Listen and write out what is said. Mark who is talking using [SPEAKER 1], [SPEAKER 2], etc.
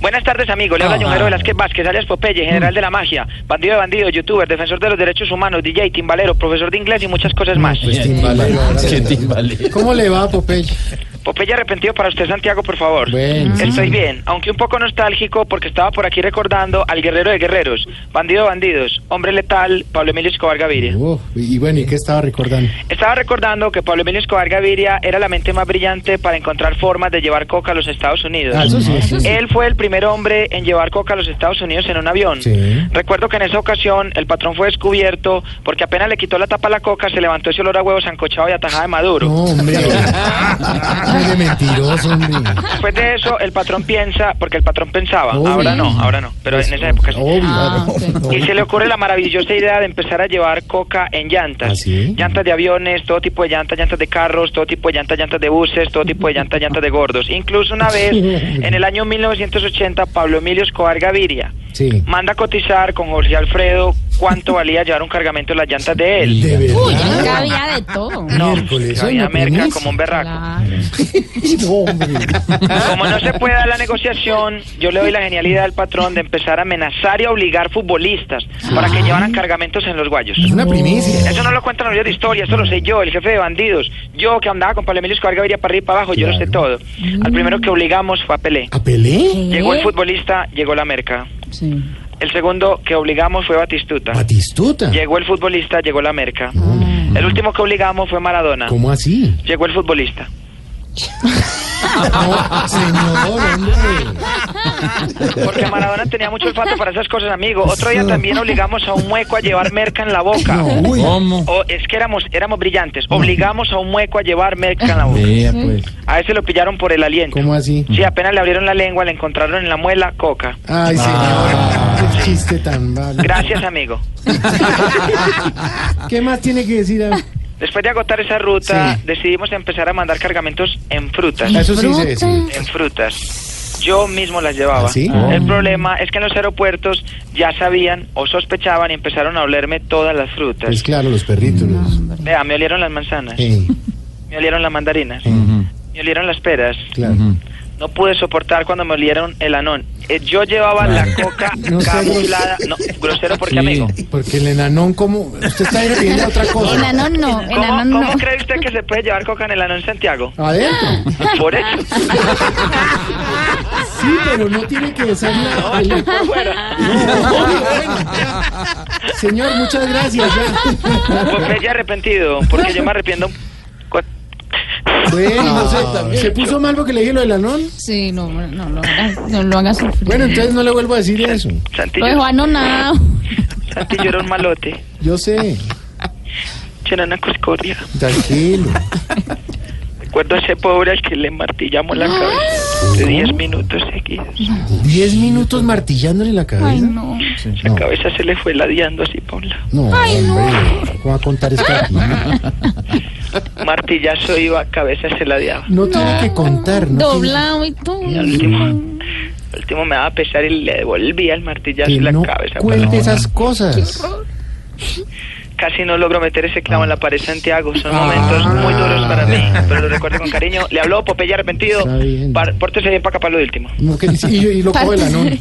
[SPEAKER 1] Buenas tardes, amigo. Le habla John Jero Velázquez Vázquez, alias Popeye, general de la magia, bandido de bandido, youtuber, defensor de los derechos humanos, DJ, timbalero, profesor de inglés y muchas cosas más.
[SPEAKER 2] Pues Timbalero, ahora sí. ¿Cómo le va, Popeye?
[SPEAKER 1] Popeye arrepentido para usted, Santiago, por favor.
[SPEAKER 2] Bueno, sí.
[SPEAKER 1] Estoy bien, aunque un poco nostálgico porque estaba por aquí recordando al guerrero de guerreros, bandido de bandidos, hombre letal, Pablo Emilio Escobar Gaviria.
[SPEAKER 2] Uf, y bueno, ¿y qué estaba recordando?
[SPEAKER 1] Estaba recordando que Pablo Emilio Escobar Gaviria era la mente más brillante para encontrar formas de llevar coca a los Estados Unidos.
[SPEAKER 2] Ah, eso sí, eso sí.
[SPEAKER 1] Él fue el primer hombre en llevar coca a los Estados Unidos en un avión.
[SPEAKER 2] Sí.
[SPEAKER 1] Recuerdo que en esa ocasión el patrón fue descubierto porque apenas le quitó la tapa a la coca se levantó ese olor a huevo sancochado y atajada de maduro.
[SPEAKER 2] No, hombre. Hombre de mentiroso, hombre.
[SPEAKER 1] Después de eso el patrón piensa, porque el patrón pensaba,
[SPEAKER 2] Obvio.
[SPEAKER 1] ahora no, ahora no, pero en esa época sí.
[SPEAKER 2] Obvio.
[SPEAKER 1] Y se le ocurre la maravillosa idea de empezar a llevar coca en llantas.
[SPEAKER 2] ¿Ah, sí?
[SPEAKER 1] Llantas de aviones, todo tipo de llantas, llantas de carros, todo tipo de llantas, llantas de buses, todo tipo de llantas, llantas de gordos. Incluso una vez, en el año 1980, Pablo Emilio Escobar Gaviria
[SPEAKER 2] Sí.
[SPEAKER 1] manda a cotizar con Jorge Alfredo cuánto valía llevar un cargamento de las llantas de él.
[SPEAKER 2] De
[SPEAKER 3] Uy,
[SPEAKER 2] verdad. Ah,
[SPEAKER 3] yo había de todo.
[SPEAKER 1] No,
[SPEAKER 2] miércoles,
[SPEAKER 1] había
[SPEAKER 2] oye,
[SPEAKER 1] merca
[SPEAKER 2] premisa.
[SPEAKER 1] como un berraco.
[SPEAKER 3] Claro.
[SPEAKER 2] No, hombre.
[SPEAKER 1] Como no se puede dar la negociación, yo le doy la genialidad al patrón de empezar a amenazar y a obligar futbolistas para que llevaran cargamentos en los guayos.
[SPEAKER 2] Es una primicia.
[SPEAKER 1] Eso no lo cuentan los libros de historia, eso lo sé yo, el jefe de bandidos. Yo que andaba con Pablo Emilio Escobar Gaviria para arriba y para abajo, yo lo sé todo. Al primero que obligamos fue a Pelé.
[SPEAKER 2] ¿A Pelé?
[SPEAKER 1] Llegó el futbolista, llegó la merca.
[SPEAKER 3] Sí.
[SPEAKER 1] El segundo que obligamos fue Batistuta.
[SPEAKER 2] Batistuta.
[SPEAKER 1] Llegó el futbolista, llegó la merca. El último que obligamos fue Maradona.
[SPEAKER 2] ¿Cómo así?
[SPEAKER 1] Llegó el futbolista.
[SPEAKER 2] No, señor, hombre.
[SPEAKER 1] Porque Maradona tenía mucho olfato para esas cosas, amigo. Otro día también obligamos a un mueco a llevar merca en la boca.
[SPEAKER 2] No, uy.
[SPEAKER 1] O es que éramos, éramos brillantes. Obligamos a un mueco a llevar merca en la boca. A ese lo pillaron por el aliento.
[SPEAKER 2] pues. ¿Cómo así?
[SPEAKER 1] Sí, apenas le abrieron la lengua, le encontraron en la muela coca.
[SPEAKER 2] Ay, señor. Qué chiste tan malo.
[SPEAKER 1] Ah. Gracias, amigo.
[SPEAKER 2] ¿Qué más tiene que decir? a-
[SPEAKER 1] Después de agotar esa ruta,
[SPEAKER 2] Sí.
[SPEAKER 1] decidimos empezar a mandar cargamentos en frutas.
[SPEAKER 2] Eso sí se dice.
[SPEAKER 1] En frutas. Yo mismo las llevaba.
[SPEAKER 2] ¿Ah, sí?
[SPEAKER 1] El problema es que en los aeropuertos ya sabían o sospechaban y empezaron a olerme todas las frutas.
[SPEAKER 2] Pues claro, los perritos. los-
[SPEAKER 1] Vea, me olieron las manzanas,
[SPEAKER 2] Pues, Sí,
[SPEAKER 1] me olieron las mandarinas, me olieron las peras.
[SPEAKER 2] claro.
[SPEAKER 1] No pude soportar cuando me olieron el anón. Eh, yo llevaba la coca
[SPEAKER 2] No seas
[SPEAKER 1] camuflada. No, grosero porque, amigo.
[SPEAKER 2] Porque el enanón, como. Usted está refiriendo a otra cosa.
[SPEAKER 3] Enano no,
[SPEAKER 1] ¿Cómo,
[SPEAKER 3] enano no.
[SPEAKER 1] cómo cree usted que se puede llevar coca en el anón Santiago?
[SPEAKER 2] Adentro.
[SPEAKER 1] Por eso.
[SPEAKER 2] Sí, pero no tiene que besar la.
[SPEAKER 1] No, por fuera.
[SPEAKER 2] Señor, muchas gracias. ¿eh? ya.
[SPEAKER 1] Porque ya arrepentido, porque yo me arrepiento. Cu-
[SPEAKER 2] Bueno, no sé, se puso mal porque le dije lo del anón.
[SPEAKER 3] Sí, no, no, no lo hagas, no lo hagas sufrir.
[SPEAKER 2] Bueno, entonces no le vuelvo a decir eso.
[SPEAKER 1] Santi,
[SPEAKER 3] Lo
[SPEAKER 1] yo,
[SPEAKER 3] dejó anonadado.
[SPEAKER 1] Santi, yo era un malote.
[SPEAKER 2] Yo sé.
[SPEAKER 1] Yo era una coscordia.
[SPEAKER 2] Tranquilo.
[SPEAKER 1] Recuerdo a ese pobre al que le martillamos la cabeza de 10 minutos seguidos.
[SPEAKER 2] Diez minutos martillándole la cabeza.
[SPEAKER 3] Ay, no.
[SPEAKER 1] La cabeza se le fue ladeando así por un lado.
[SPEAKER 2] No, hombre. ¿Cómo va a contar esta aquí?
[SPEAKER 1] Martillazo iba, cabeza se ladeaba.
[SPEAKER 2] No tiene que contar, ¿no?
[SPEAKER 3] Doblado y todo.
[SPEAKER 1] Al último, al últiimo me daba pesar y le devolvía el martillazo
[SPEAKER 2] Que
[SPEAKER 1] y la
[SPEAKER 2] no
[SPEAKER 1] cabeza.
[SPEAKER 2] cuente esas cosas.
[SPEAKER 1] Casi no logro meter ese clavo en la pared, Santiago. Son momentos
[SPEAKER 2] Ah.
[SPEAKER 1] muy duros para mí, pero lo recuerdo con cariño. Le habló Popeye arrepentido.
[SPEAKER 2] Está bien.
[SPEAKER 1] Par- Pórtese bien para acá para lo último.
[SPEAKER 2] No, que- y, y lo coge el anón.